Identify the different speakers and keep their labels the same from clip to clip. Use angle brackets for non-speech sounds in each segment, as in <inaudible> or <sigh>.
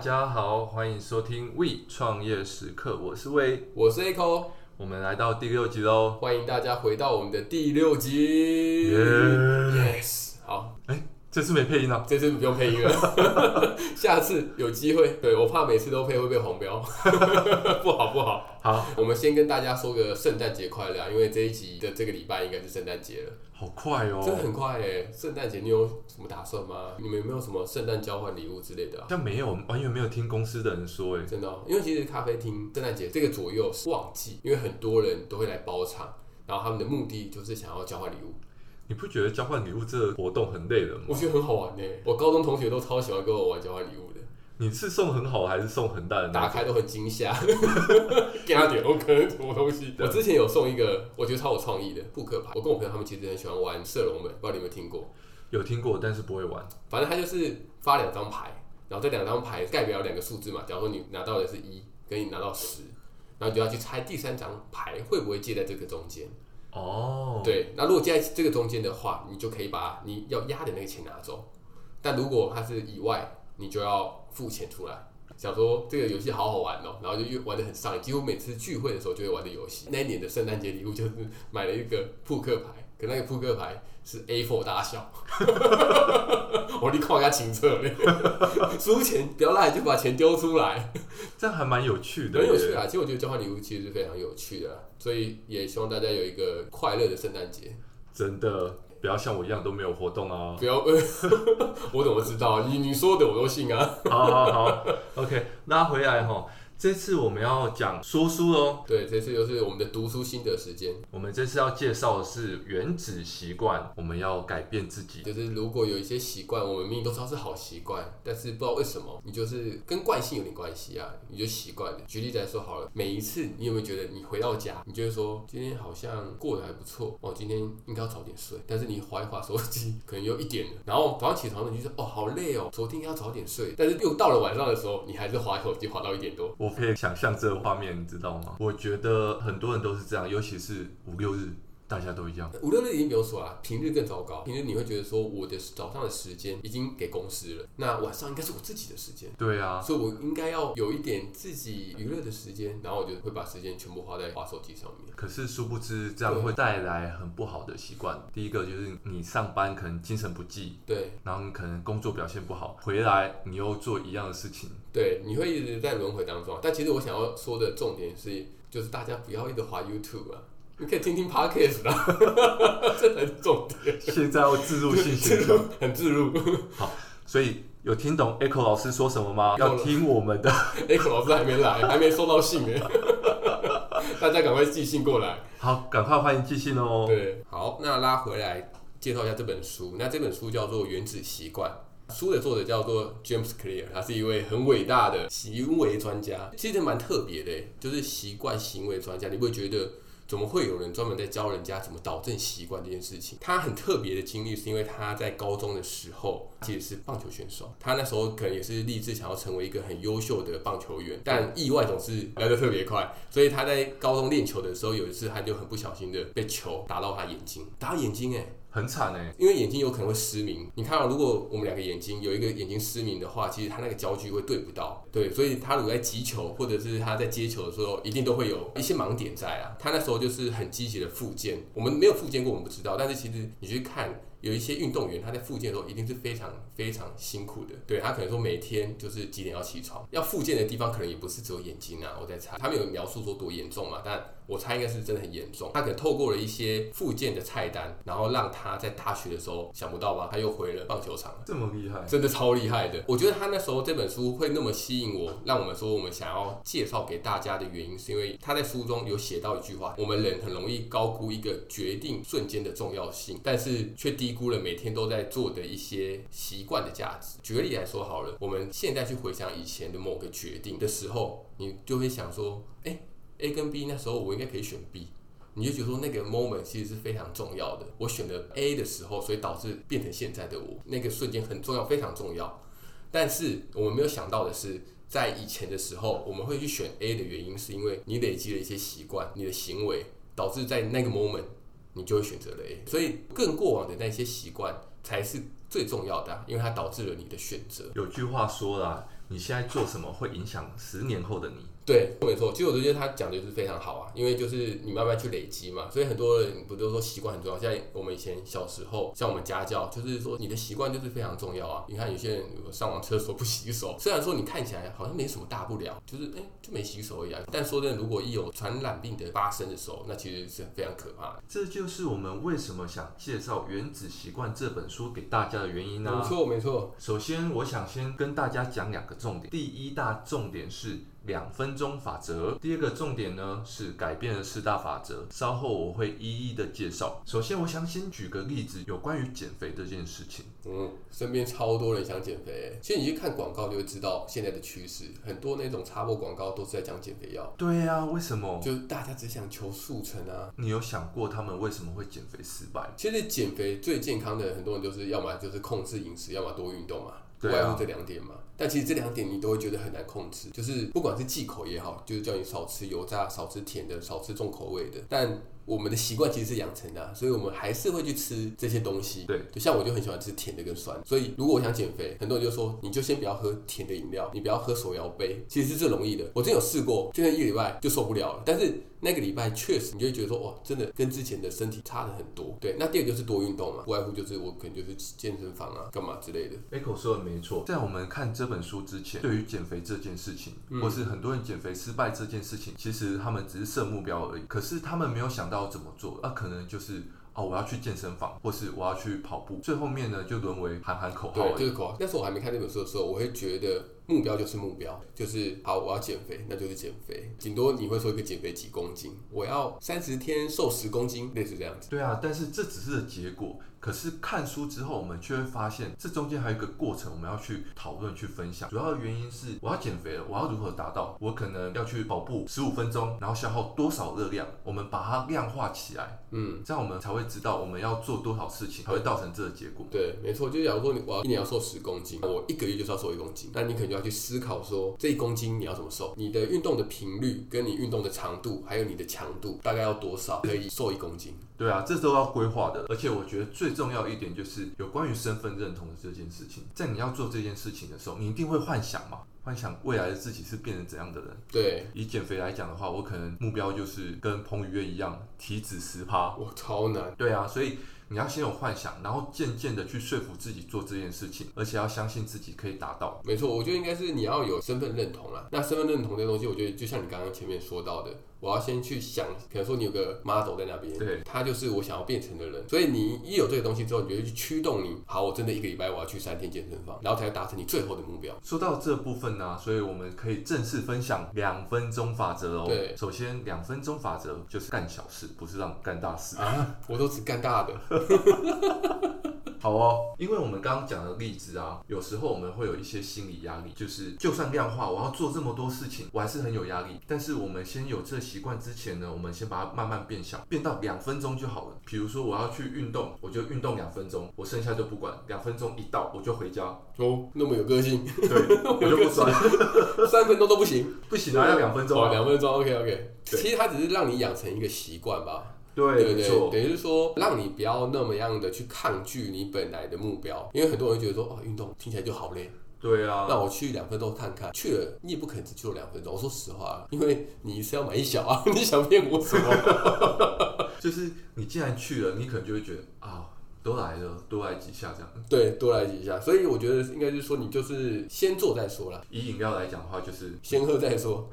Speaker 1: 家好，欢迎收听 We 创业时刻，我是魏，
Speaker 2: 我是 Echo，
Speaker 1: 我们来到第六集喽。
Speaker 2: 欢迎大家回到我们的第六集。
Speaker 1: Yeah
Speaker 2: Yes，好，
Speaker 1: 这次没配音啊，
Speaker 2: 这次不用配音了， <laughs> 下次有机会。对我怕每次都配会被黄标， <laughs> 不好不好。
Speaker 1: 好，
Speaker 2: 我们先跟大家说个圣诞节快乐啊，因为这一集的这个礼拜应该是圣诞节了，
Speaker 1: 好快哦，
Speaker 2: 真的很快哎。圣诞节你有什么打算吗？你们有没有什么圣诞交换礼物之类的啊
Speaker 1: 好？像没有，完全没有听公司的人说哎。
Speaker 2: 真的哦、因为其实咖啡厅圣诞节这个左右是旺季，因为很多人都会来包场，然后他们的目的就是想要交换礼物。
Speaker 1: 你不觉得交换礼物这个活动很累人吗？
Speaker 2: 我觉得很好玩呢、我高中同学都超喜欢跟我玩交换礼物的，
Speaker 1: 你是送很好还是送很大的那
Speaker 2: 打
Speaker 1: 种？
Speaker 2: 开都很惊吓， <laughs> 给他点我可能什么东西。我之前有送一个，我觉得超有创意的扑克牌。我跟我朋友他们其实很喜欢玩射龙门，不知道你有没有听过？
Speaker 1: 有听过，但是不会玩。
Speaker 2: 反正他就是发两张牌，然后这两张牌代表两个数字嘛。假如说你拿到的是一，跟你拿到十，然后你就要去猜第三张牌会不会借在这个中间。
Speaker 1: 哦，，
Speaker 2: 对，那如果接在这个中间的话，你就可以把你要压的那个钱拿走。但如果它是以外，你就要付钱出来。想说这个游戏好好玩哦，然后就越玩的很上瘾，几乎每次聚会的时候就会玩的游戏。那一年的圣诞节礼物就是买了一个扑克牌，可那个扑克牌 <laughs> 是 A4 大小，我立刻给他清澈了。输钱不要赖，就把钱丢出来。
Speaker 1: 这样还蛮有趣的，
Speaker 2: 很有趣。啊！其实我觉得交换礼物其实是非常有趣的啊，所以也希望大家有一个快乐的圣诞节。
Speaker 1: 真的，不要像我一样都没有活动啊。
Speaker 2: 不要， <laughs> 我怎么知道？啊你你说的我都信啊。
Speaker 1: 好好好，OK，拉回来哈。这次我们要讲说书喽。
Speaker 2: 对，这次就是我们的读书心得时间，
Speaker 1: 我们这次要介绍的是原子习惯，我们要改变自己。
Speaker 2: 就是如果有一些习惯，我们明明都知道是好习惯，但是不知道为什么，你就是跟惯性有点关系啊，你就习惯了。举例来说好了，每一次你有没有觉得你回到家，你就会说今天好像过得还不错，哦，今天应该要早点睡，但是你划一划手机， <laughs> 可能又一点了，然后早上起床了，你就说哦好累哦，昨天应该要早点睡，但是又到了晚上的时候，你还是划手机划到一点多，
Speaker 1: 我可以想象这个画面，你知道吗？我觉得很多人都是这样，尤其是五六日，大家都一样。
Speaker 2: 五六日已经不用说了，平日啊更糟糕。平日你会觉得说，我的早上的时间已经给公司了，那晚上应该是我自己的时间，
Speaker 1: 对啊，
Speaker 2: 所以我应该要有一点自己娱乐的时间，然后我就会把时间全部花在划手机上面。
Speaker 1: 可是殊不知这样会带来很不好的习惯。第一个就是你上班可能精神不济，
Speaker 2: 对
Speaker 1: 然后你可能工作表现不好，回来你又做一样的事情。
Speaker 2: 对，你会一直在轮回当中啊。但其实我想要说的重点是，就是大家不要一直滑 YouTube 啊，你可以听听 Podcast 啊， <laughs> 这很重点，
Speaker 1: 现在要自入性
Speaker 2: <laughs>
Speaker 1: 形
Speaker 2: 自入
Speaker 1: 象，
Speaker 2: 很自入。
Speaker 1: 所以有听懂 Echo 老师说什么吗？
Speaker 2: 懂
Speaker 1: 要
Speaker 2: 了
Speaker 1: 听我们的。
Speaker 2: 哎，可老师还没来，还没收到信呢， <laughs> 大家赶快寄信过来。
Speaker 1: 好，赶快欢迎寄信哦。
Speaker 2: 对，好，那拉回来介绍一下这本书。那这本书叫做《原子习惯》，书的作者叫做 James Clear，他是一位很伟大的行为专家，其实蛮特别的，就是习惯行为专家。你不会觉得怎么会有人专门在教人家怎么导正习惯这件事情？他很特别的经历是因为他在高中的时候其实是棒球选手，他那时候可能也是立志想要成为一个很优秀的棒球员，但意外总是来得特别快，所以他在高中练球的时候，有一次他就很不小心的被球打到他眼睛，打到眼睛哎、
Speaker 1: 很惨哎、
Speaker 2: 因为眼睛有可能会失明。你看、哦，如果我们两个眼睛有一个眼睛失明的话，其实他那个焦距会对不到。对，所以他如果在击球或者是他在接球的时候，一定都会有一些盲点在啊。他那时候就是很积极的复健，我们没有复健过，我们不知道。但是其实你去看。有一些运动员，他在复健的时候一定是非常非常辛苦的。对他可能说每天就是几点要起床，要复健的地方可能也不是只有眼睛啊。我在猜，他们有描述说多严重嘛，但我猜应该是真的很严重。他可能透过了一些复健的菜单，然后让他在大学的时候想不到吧，他又回了棒球场。
Speaker 1: 这么厉害，
Speaker 2: 真的超厉害的。我觉得他那时候这本书会那么吸引我，让我们说我们想要介绍给大家的原因，是因为他在书中有写到一句话：我们人很容易高估一个决定瞬间的重要性，但是却低估了每天都在做的一些习惯的价值。举个例来说好了，我们现在去回想以前的某个决定的时候，你就会想说，哎、a 跟 B 那时候我应该可以选 B。你就觉得说那个 moment 其实是非常重要的。我选了 A 的时候，所以导致变成现在的我，那个瞬间很重要，非常重要。但是我们没有想到的是，在以前的时候，我们会去选 A 的原因，是因为你累积了一些习惯，你的行为导致在那个 moment 你就会选择了 A。所以更过往的那些习惯才是最重要的啊、因为它导致了你的选择。
Speaker 1: 有句话说啦，你现在做什么会影响十年后的你。
Speaker 2: 对，没错。其实我觉得他讲的就是非常好啊，因为就是你慢慢去累积嘛，所以很多人不都说习惯很重要。像我们以前小时候，像我们家教，就是说你的习惯就是非常重要啊。你看有些人上完厕所不洗手，虽然说你看起来好像没什么大不了，就是哎、就没洗手而已啊。但说真的，如果一有传染病的发生的时候，那其实是非常可怕的。
Speaker 1: 这就是我们为什么想介绍《原子习惯》这本书给大家的原因
Speaker 2: 没
Speaker 1: 啊。
Speaker 2: 错，没错，
Speaker 1: 首先，我想先跟大家讲两个重点。第一大重点是两分钟法则，第二个重点呢是改变了四大法则，稍后我会一一的介绍。首先，我想先举个例子，有关于减肥这件事情。
Speaker 2: 嗯，身边超多人想减肥欸、其实你去看广告就会知道现在的趋势，很多那种插播广告都是在讲减肥药，
Speaker 1: 对呀、为什么？
Speaker 2: 就是大家只想求速成啊，
Speaker 1: 你有想过他们为什么会减肥失败？
Speaker 2: 其实减肥最健康的，很多人就是要么就是控制饮食，要么多运动嘛，不
Speaker 1: 对啊
Speaker 2: 外乎这两点嘛。但其实这两点你都会觉得很难控制，就是不管是忌口也好，就是叫你少吃油炸、少吃甜的、少吃重口味的，但。我们的习惯其实是养成的啊、所以我们还是会去吃这些东西。
Speaker 1: 对，
Speaker 2: 就像我就很喜欢吃甜的跟酸，所以如果我想减肥，很多人就说你就先不要喝甜的饮料，你不要喝手摇杯，其实是最容易的。我真有试过，就那一个礼拜就受不了了，但是那个礼拜确实你就会觉得说哇，真的跟之前的身体差了很多。对，那第二个就是多运动嘛，不外乎就是我可能就是健身房啊，干嘛之类的。
Speaker 1: Echo 说的没错，在我们看这本书之前，对于减肥这件事情，
Speaker 2: 嗯
Speaker 1: 或是很多人减肥失败这件事情，其实他们只是设目标而已，可是他们没有想到怎么做，那、可能就是哦，我要去健身房，或是我要去跑步，最后面呢就沦为喊喊口号
Speaker 2: 对，
Speaker 1: 而
Speaker 2: 就
Speaker 1: 已。
Speaker 2: 是口号。那时候我还没看这本书的时候，我会觉得目标就是目标，就是好，我要减肥，那就是减肥。顶多你会说一个减肥几公斤，我要三十天瘦十公斤，类似这样子。
Speaker 1: 对啊，但是这只是结果。可是看书之后，我们却会发现，这中间还有一个过程，我们要去讨论、去分享。主要的原因是，我要减肥了，我要如何达到？我可能要去跑步十五分钟，然后消耗多少热量？我们把它量化起来，
Speaker 2: 嗯。
Speaker 1: 这样我们才会知道我们要做多少事情才会造成这个结果。
Speaker 2: 对，没错，就是假如说你我要一年要瘦十公斤，我一个月就是要瘦一公斤，那你可能就要去思考说这一公斤你要怎么瘦，你的运动的频率、跟你运动的长度，还有你的强度，大概要多少可以瘦一公斤？
Speaker 1: 对啊，这都要规划的。而且我觉得最重要一点就是有关于身份认同的这件事情，在你要做这件事情的时候，你一定会幻想嘛，幻想未来的自己是变成怎样的人。
Speaker 2: 对，
Speaker 1: 以减肥来讲的话，我可能目标就是跟彭于晏一样，体脂十趴。
Speaker 2: 我超难。
Speaker 1: 对啊，所以你要先有幻想，然后渐渐的去说服自己做这件事情，而且要相信自己可以达到。
Speaker 2: 没错，我觉得应该是你要有身份认同啦。那身份认同这东西，我觉得就像你刚刚前面说到的，我要先去想，可能说你有个 model 在那边，
Speaker 1: 对
Speaker 2: 他就是我想要变成的人。所以你一有这个东西之后，你就会去驱动你，好，我真的一个礼拜我要去三天健身房，然后才会达成你最后的目标。
Speaker 1: 说到这部分呢、所以我们可以正式分享两分钟法则哦。
Speaker 2: 对
Speaker 1: 首先两分钟法则就是干小事，不是让干大事。
Speaker 2: 啊，我都只干大的。
Speaker 1: 好哦，因为我们刚刚讲的例子啊，有时候我们会有一些心理压力，就是就算量化，我要做这么多事情，我还是很有压力。但是我们先有这习惯之前呢，我们先把它慢慢变小，变到两分钟就好了。比如说我要去运动，我就运动两分钟，我剩下就不管，两分钟一到我就回 <laughs> 家，
Speaker 2: 哦，那么有个性，
Speaker 1: 对，我就不管，
Speaker 2: 三分钟都不行。
Speaker 1: 不行啊，要两分钟
Speaker 2: 哦，
Speaker 1: 啊，
Speaker 2: 两分钟，OK OK。
Speaker 1: 对
Speaker 2: 其实它只是让你养成一个习惯吧，
Speaker 1: 对，啊
Speaker 2: 对
Speaker 1: 没
Speaker 2: 对
Speaker 1: 错
Speaker 2: 对，。等于是说让你不要那么样的去抗拒你本来的目标，因为很多人觉得说哦，运动听起来就好累，
Speaker 1: 对啊，
Speaker 2: 那我去两分钟看看，去了你也不可能只去了两分钟。我说实话，因为你是要买一小啊， <laughs> 你想骗我什么？
Speaker 1: 就是你既然去了，你可能就会觉得啊，都来了，多来几下这样。
Speaker 2: 对，多来几下。所以我觉得应该就是说，你就是先做再说啦，
Speaker 1: 以饮料来讲的话，就是
Speaker 2: 先喝再说， <laughs>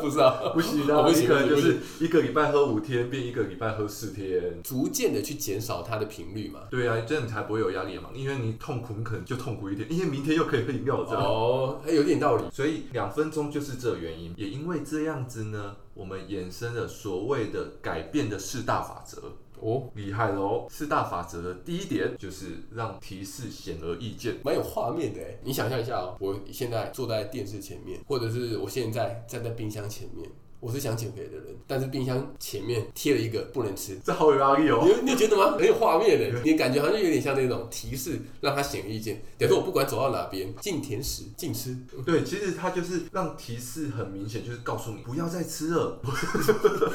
Speaker 2: 不是啊？
Speaker 1: 不行
Speaker 2: 我
Speaker 1: 啊，
Speaker 2: 不行
Speaker 1: 你可能就
Speaker 2: 不行
Speaker 1: 是一个礼拜喝五天，变一个礼拜喝四天。
Speaker 2: 逐渐的去减少它的频率嘛。
Speaker 1: 对啊，这样你才不会有压力嘛，因为你痛苦，你可能就痛苦一点，因为明天又可以喝饮料了这样。
Speaker 2: 哦，还有点道理。
Speaker 1: 所以两分钟就是这原因，也因为这样子呢，我们衍生了所谓的改变的四大法则，
Speaker 2: 哦，
Speaker 1: 厉害喽！四大法则的第一点就是让提示显而易见。
Speaker 2: 蛮有画面的哎。你想象一下哦，我现在坐在电视前面，或者是我现在站在冰箱前面，我是想减肥的人，但是冰箱前面贴了一个不能吃。
Speaker 1: 这好有压力哦。
Speaker 2: 你你有觉得吗？很有画面的，你感觉好像有点像那种提示，让他显而易见。等于说我不管走到哪边，禁甜食，禁吃。 <laughs>
Speaker 1: 对，其实它就是让提示很明显，就是告诉你不要再吃了。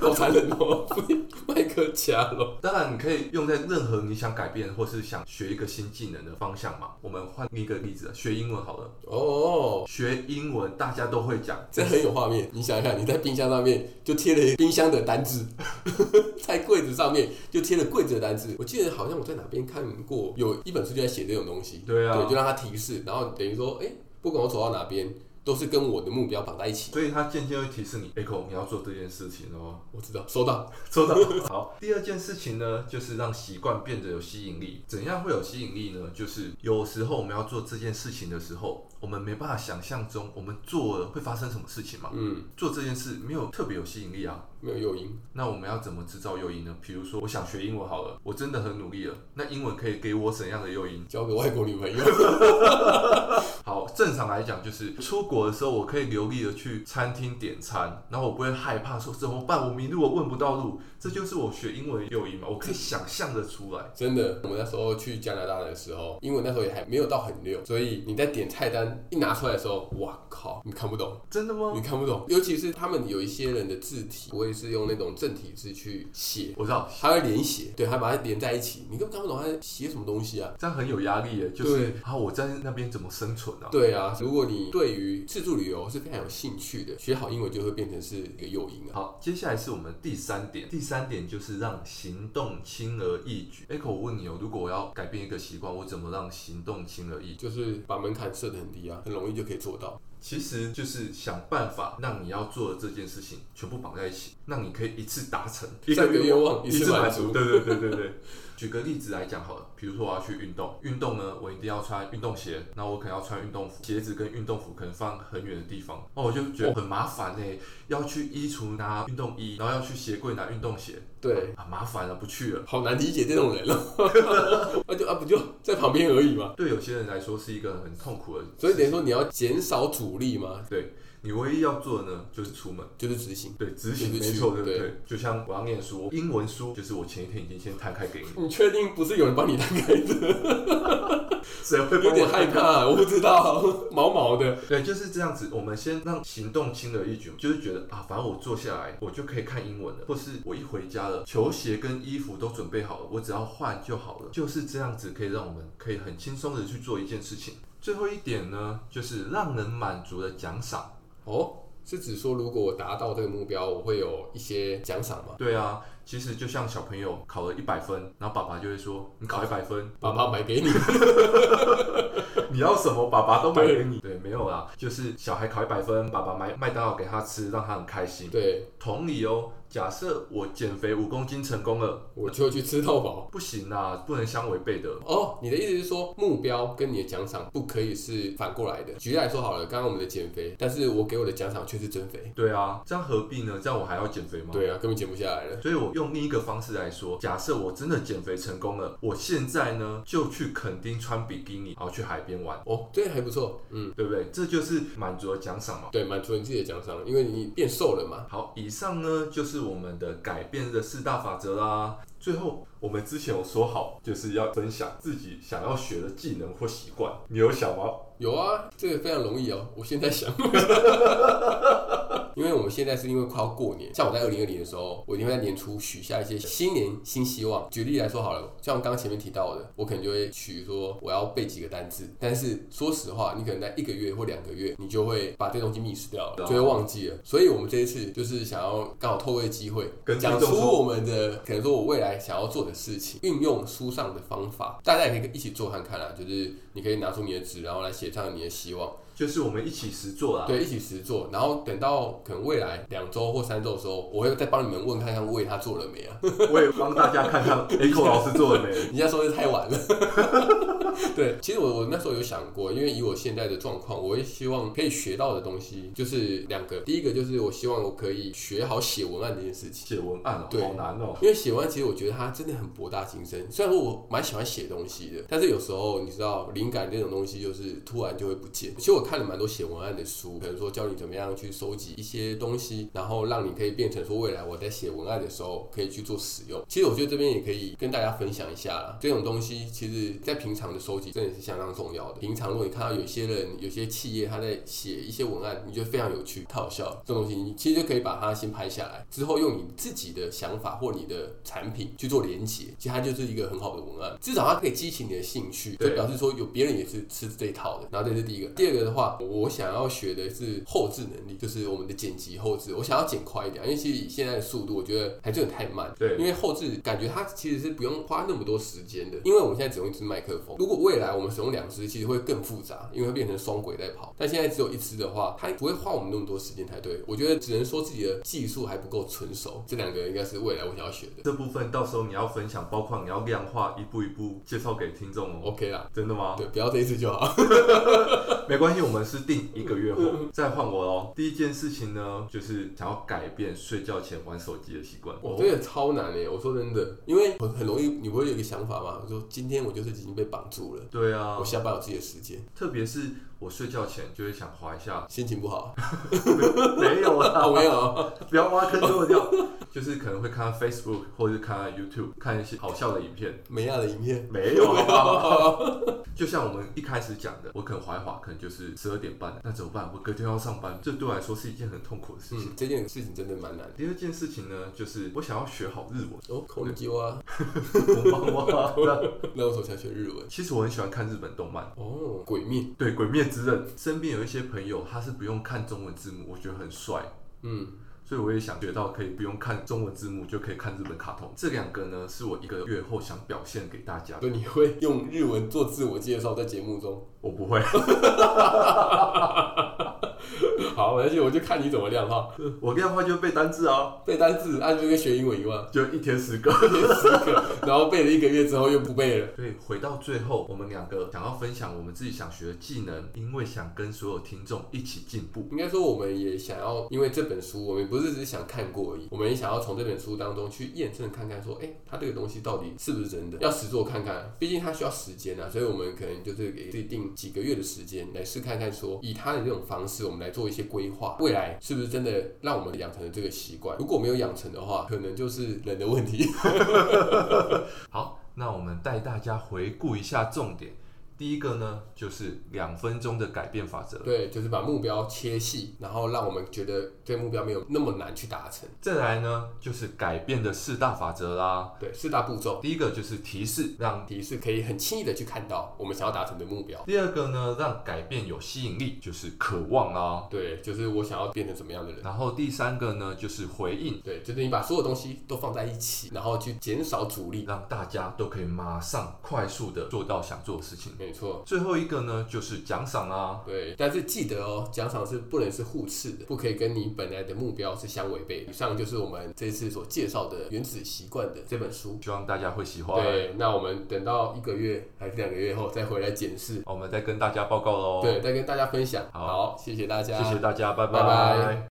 Speaker 2: 好残忍哦！ <laughs> 麦克加了，
Speaker 1: 当然，你可以用在任何你想改变或是想学一个新技能的方向嘛。我们换一个例子，啊学英文好了。
Speaker 2: 哦，
Speaker 1: 学英文大家都会讲，
Speaker 2: 这很有画面。你想想看，你在冰箱上面就贴了冰箱的单字， <laughs> 在柜子上面就贴了柜子的单字。我记得好像我在哪边看过，有一本书就在写这种东西。
Speaker 1: 对啊
Speaker 2: 对，就让他提示，然后等于说，哎、不管我走到哪边，都是跟我的目标绑在一
Speaker 1: <laughs>
Speaker 2: 起。
Speaker 1: 所以它渐渐会提示你，Echo，你要做这件事情哦。 <laughs>
Speaker 2: 我知道，收到。
Speaker 1: 做到。好，第二件事情呢，就是让习惯变得有吸引力。怎样会有吸引力呢？就是有时候我们要做这件事情的时候，我们没办法想象中我们做了会发生什么事情嘛。
Speaker 2: 嗯，
Speaker 1: 做这件事没有特别有吸引力啊。
Speaker 2: 没有诱因。
Speaker 1: 那我们要怎么制造诱因呢？比如说，我想学英文好了，我真的很努力了。那英文可以给我怎样的诱因？
Speaker 2: 交个外国女朋友，
Speaker 1: 好，正常来讲就是出国的时候，我可以流利的去餐厅点餐，然后我不会害怕说怎么办，我迷路，我问不到路。这就是我学英文的诱因嘛，我可以想象的出来。
Speaker 2: 真的，我们那时候去加拿大的时候，英文那时候也还没有到很溜，所以你在点菜单一拿出来的时候，哇靠，你看不懂，
Speaker 1: 真的吗
Speaker 2: 你？看不懂，尤其是他们有一些人的字体，不会是用那种正体字去写，
Speaker 1: 我知道，
Speaker 2: 他会连写，对，他把它连在一起，你根本看不懂他在写什么东西啊。
Speaker 1: 这样很有压力耶。就是
Speaker 2: 对
Speaker 1: 啊，我在那边怎么生存啊？
Speaker 2: 对啊，如果你对于自助旅游是非常有兴趣的，学好英文就会变成是一个诱因啊。
Speaker 1: 好，接下来是我们第三点，第三点就是让行动轻而易举。Echo，我问你哦，如果我要改变一个习惯，我怎么让行动轻而易举？
Speaker 2: 就是把门槛设得很低啊，很容易就可以做到。
Speaker 1: 其实就是想办法让你要做的这件事情全部绑在一起，让你可以一次达成
Speaker 2: 一个愿望
Speaker 1: 一
Speaker 2: 一
Speaker 1: 次
Speaker 2: 次
Speaker 1: 满
Speaker 2: 满
Speaker 1: 足。
Speaker 2: 足
Speaker 1: 对对对对对。 <laughs> 举个例子来讲好了，比如说我要去运动，运动呢，我一定要穿运动鞋，然后我可能要穿运动服，鞋子跟运动服可能放很远的地方，哦那我就觉得很麻烦呢、要去衣橱拿运动衣，然后要去鞋柜拿运动鞋，
Speaker 2: 对，
Speaker 1: 啊，麻烦了，不去了。
Speaker 2: 好难理解这种人了，那 <laughs> 就啊不就在旁边而已嘛。
Speaker 1: 对有些人来说是一个很痛苦的事情，
Speaker 2: 所以等于说你要减少阻力嘛，
Speaker 1: 对你唯一要做的呢，就是出门。
Speaker 2: 就是执行。
Speaker 1: 对，执行没
Speaker 2: 就是去
Speaker 1: 错，对不
Speaker 2: 对
Speaker 1: 对？就像我要念书，英文书就是我前一天已经先摊开 <laughs> 给你，
Speaker 2: 你确定不是有人帮你打开 <laughs> 的？
Speaker 1: 谁会帮
Speaker 2: 有点
Speaker 1: 我
Speaker 2: 害
Speaker 1: 摊开？
Speaker 2: 怕，我不知道， <laughs> 毛毛的。
Speaker 1: 对，就是这样子。我们先让行动轻而易举，就是觉得啊，反正我坐下来，我就可以看英文了，或是我一回家了，球鞋跟衣服都准备好了，我只要换就好了。就是这样子，可以让我们可以很轻松的去做一件事情。最后一点呢，就是让人满足的奖赏。
Speaker 2: 哦，是指说如果我达到这个目标，我会有一些奖赏吗？
Speaker 1: 对啊，其实就像小朋友考了一百分，然后爸爸就会说：“你考一百分，
Speaker 2: 爸爸买给 <laughs> 你，
Speaker 1: 你要什么，爸爸都买给你。对，没有啦，就是小孩考一百分，爸爸买麦当劳给他吃，让他很开心。
Speaker 2: 对
Speaker 1: 同理哦，假设我减肥五公斤成功了，
Speaker 2: 我就去吃到饱。
Speaker 1: 不行啦，不能相违背的。
Speaker 2: 哦，你的意思是说，目标跟你的奖赏不可以是反过来的。举例来说好了，刚刚我们的减肥，但是我给我的奖赏却是增肥。
Speaker 1: 对啊，这样何必呢？这样我还要减肥吗？。
Speaker 2: 对啊，根本减不下来了。
Speaker 1: 所以，我用另一个方式来说，假设我真的减肥成功了，我现在呢就去垦丁穿比基尼，然后去海边玩，
Speaker 2: 哦，这还不错，嗯。
Speaker 1: 对不对？这就是满足的奖赏嘛。
Speaker 2: 对，满足你自己的奖赏，因为你变瘦了嘛。
Speaker 1: 好，以上呢就是我们的改变的四大法则啦。最后，我们之前有说好，就是要分享自己想要学的技能或习惯，你有想吗？
Speaker 2: 有啊，这个非常容易哦。我现在想， <laughs> 因为我们现在是因为快要过年，像我在二零二零的时候，我一定会在年初许下一些新年新希望。举例来说好了，像我刚刚前面提到的，我可能就会许说我要背几个单字，但是说实话，你可能在一个月或两个月，你就会把这东西 miss 掉
Speaker 1: 对啊
Speaker 2: 了，就会忘记了。所以我们这一次就是想要刚好透过机会
Speaker 1: 跟，听
Speaker 2: 讲
Speaker 1: 众
Speaker 2: 出
Speaker 1: 说
Speaker 2: 我们的可能说我未来想要做的事情，运用书上的方法，大家也可以一起做看看啦。就是你可以拿出你的纸，然后来写上你的希望，
Speaker 1: 就是我们一起实做啦。
Speaker 2: 对，一起实做。然后等到可能未来两周或三周的时候，我会再帮你们问看看为他做了没啊？ <laughs>
Speaker 1: 我也帮大家看看 Echo 老师做了没。
Speaker 2: 你现在说是太晚了。 <laughs> 对，其实我我那时候有想过，因为以我现在的状况，我会希望可以学到的东西就是两个，第一个就是我希望我可以学好写文案这件事情。
Speaker 1: 写文案哦，
Speaker 2: 对
Speaker 1: 好难哦。
Speaker 2: 因为写完，其实我觉得它真的很博大精深。虽然说我蛮喜欢写东西的，但是有时候你知道，灵感这种东西就是突然就会不见。其实我我看了蛮多写文案的书，可能说教你怎么样去收集一些东西，然后让你可以变成说未来我在写文案的时候可以去做使用。其实我觉得这边也可以跟大家分享一下啦，这种东西其实在平常的收集真的是相当重要的。平常如果你看到有些人、有些企业他在写一些文案，你觉得非常有趣、太好笑了，这种东西你其实就可以把它先拍下来，之后用你自己的想法或你的产品去做连接，其实它就是一个很好的文案，至少它可以激起你的兴趣，就
Speaker 1: 对
Speaker 2: 表示说有别人也是吃这一套的。然后这是第一个，第二个的话，我想要学的是后置能力，就是我们的剪辑后置，我想要剪快一点，因为其实以现在的速度，我觉得还真的太慢。
Speaker 1: 对
Speaker 2: 因为后置感觉它其实是不用花那么多时间的，因为我们现在只用一支麦克风。如果未来我们使用两支，其实会更复杂，因为会变成双轨在跑。但现在只有一支的话，它不会花我们那么多时间才对。我觉得只能说自己的技术还不够成熟，这两个应该是未来我想要学的。
Speaker 1: 这部分到时候你要分享，包括你要量化，一步一步介绍给听众哦。
Speaker 2: OK 啦，
Speaker 1: 真的吗？
Speaker 2: 对，不要这一次就
Speaker 1: 哦
Speaker 2: 好。
Speaker 1: 没关系，我们是定一个
Speaker 2: 嗯
Speaker 1: 月后再换我喽。第一件事情呢，就是想要改变睡觉前玩手机的习惯。哦
Speaker 2: 我这个超难诶，我说真的，因为很很容易，你不会有一个想法嘛？我说今天我就是已经被绑住了，
Speaker 1: 对啊
Speaker 2: 我，下班有自己的时间，
Speaker 1: 特别是我睡觉前就会想滑一下， <laughs>
Speaker 2: 心情不好 <laughs>
Speaker 1: 没有啦
Speaker 2: 啊，，没有，
Speaker 1: 不要挖坑给我掉。就是可能会看到 Facebook 或者是看到 YouTube，看一些好笑的影片。
Speaker 2: 美亚的影片。
Speaker 1: 没有啊，就像我们一开始讲的，我可能滑一滑，可能就是十二点半了，那怎么办？我隔天要上班，这对我来说是一件很痛苦的事情。
Speaker 2: <laughs> 嗯，这件事情真的蛮难的。
Speaker 1: 第二件事情呢，就是我想要学好日文，
Speaker 2: 哦，空力鸠啊，
Speaker 1: 我帮我。
Speaker 2: <laughs> 那我从小学日文。
Speaker 1: 其实我很喜欢看日本动漫，
Speaker 2: 哦，鬼命，
Speaker 1: 对《鬼灭之刃》，身边有一些朋友他是不用看中文字幕，我觉得很帅。
Speaker 2: 嗯，
Speaker 1: 所以我也想学到可以不用看中文字幕就可以看日本卡通，这两个呢是我一个月后想表现给大家的。
Speaker 2: 所以你会用日文做自我介绍在节目中。 <laughs>
Speaker 1: 我不会， <laughs>
Speaker 2: 好，而且我就看你怎么量哈，
Speaker 1: 我量化就背单字啊，
Speaker 2: 背单词，按就跟学英文一样，
Speaker 1: 就一天十个。
Speaker 2: 背十个，然后背了一个月之后又不背了。
Speaker 1: 所以回到最后，我们两个想要分享我们自己想学的技能，因为想跟所有听众一起进步。
Speaker 2: 应该说，我们也想要，因为这本书，我们不是只是想看过而已，我们也想要从这本书当中去验证看看，说，哎、它这个东西到底是不是真的，要实做看看。毕竟它需要时间啊，所以我们可能就是给自己定几个月的时间来试看看说以它的这种方式，我们来做一些规划，未来是不是真的让我们养成了这个习惯？如果没有养成的话，可能就是人的问题。 <laughs>
Speaker 1: 好，那我们带大家回顾一下重点。第一个呢，就是两分钟的改变法则。
Speaker 2: 对，就是把目标切细，然后让我们觉得这个目标没有那么难去达成。
Speaker 1: 再来呢，就是改变的四大法则啦。
Speaker 2: 对，四大步骤，
Speaker 1: 第一个就是提示，让
Speaker 2: 提示可以很轻易的去看到我们想要达成的目标。
Speaker 1: 第二个呢，让改变有吸引力，就是渴望啦。
Speaker 2: 对，就是我想要变成什么样的人。
Speaker 1: 然后第三个呢，就是回应，
Speaker 2: 对，就是你把所有东西都放在一起，然后去减少阻力。
Speaker 1: 让大家都可以马上快速的做到想做的事情。
Speaker 2: 没错，
Speaker 1: 最后一个呢，就是奖赏啊啦。
Speaker 2: 对，但是记得哦，奖赏是不能是互斥的，不可以跟你本来的目标是相违背的。以上就是我们这次所介绍的《原子习惯》的这本书。
Speaker 1: 希望大家会喜欢。
Speaker 2: 对，那我们等到一个月还是两个月后再回来检视，
Speaker 1: 我们再跟大家报告喽。
Speaker 2: 对，，再跟大家分享。
Speaker 1: 好
Speaker 2: 好，谢谢大家，
Speaker 1: 谢谢大家，
Speaker 2: 拜
Speaker 1: 拜
Speaker 2: 拜
Speaker 1: 拜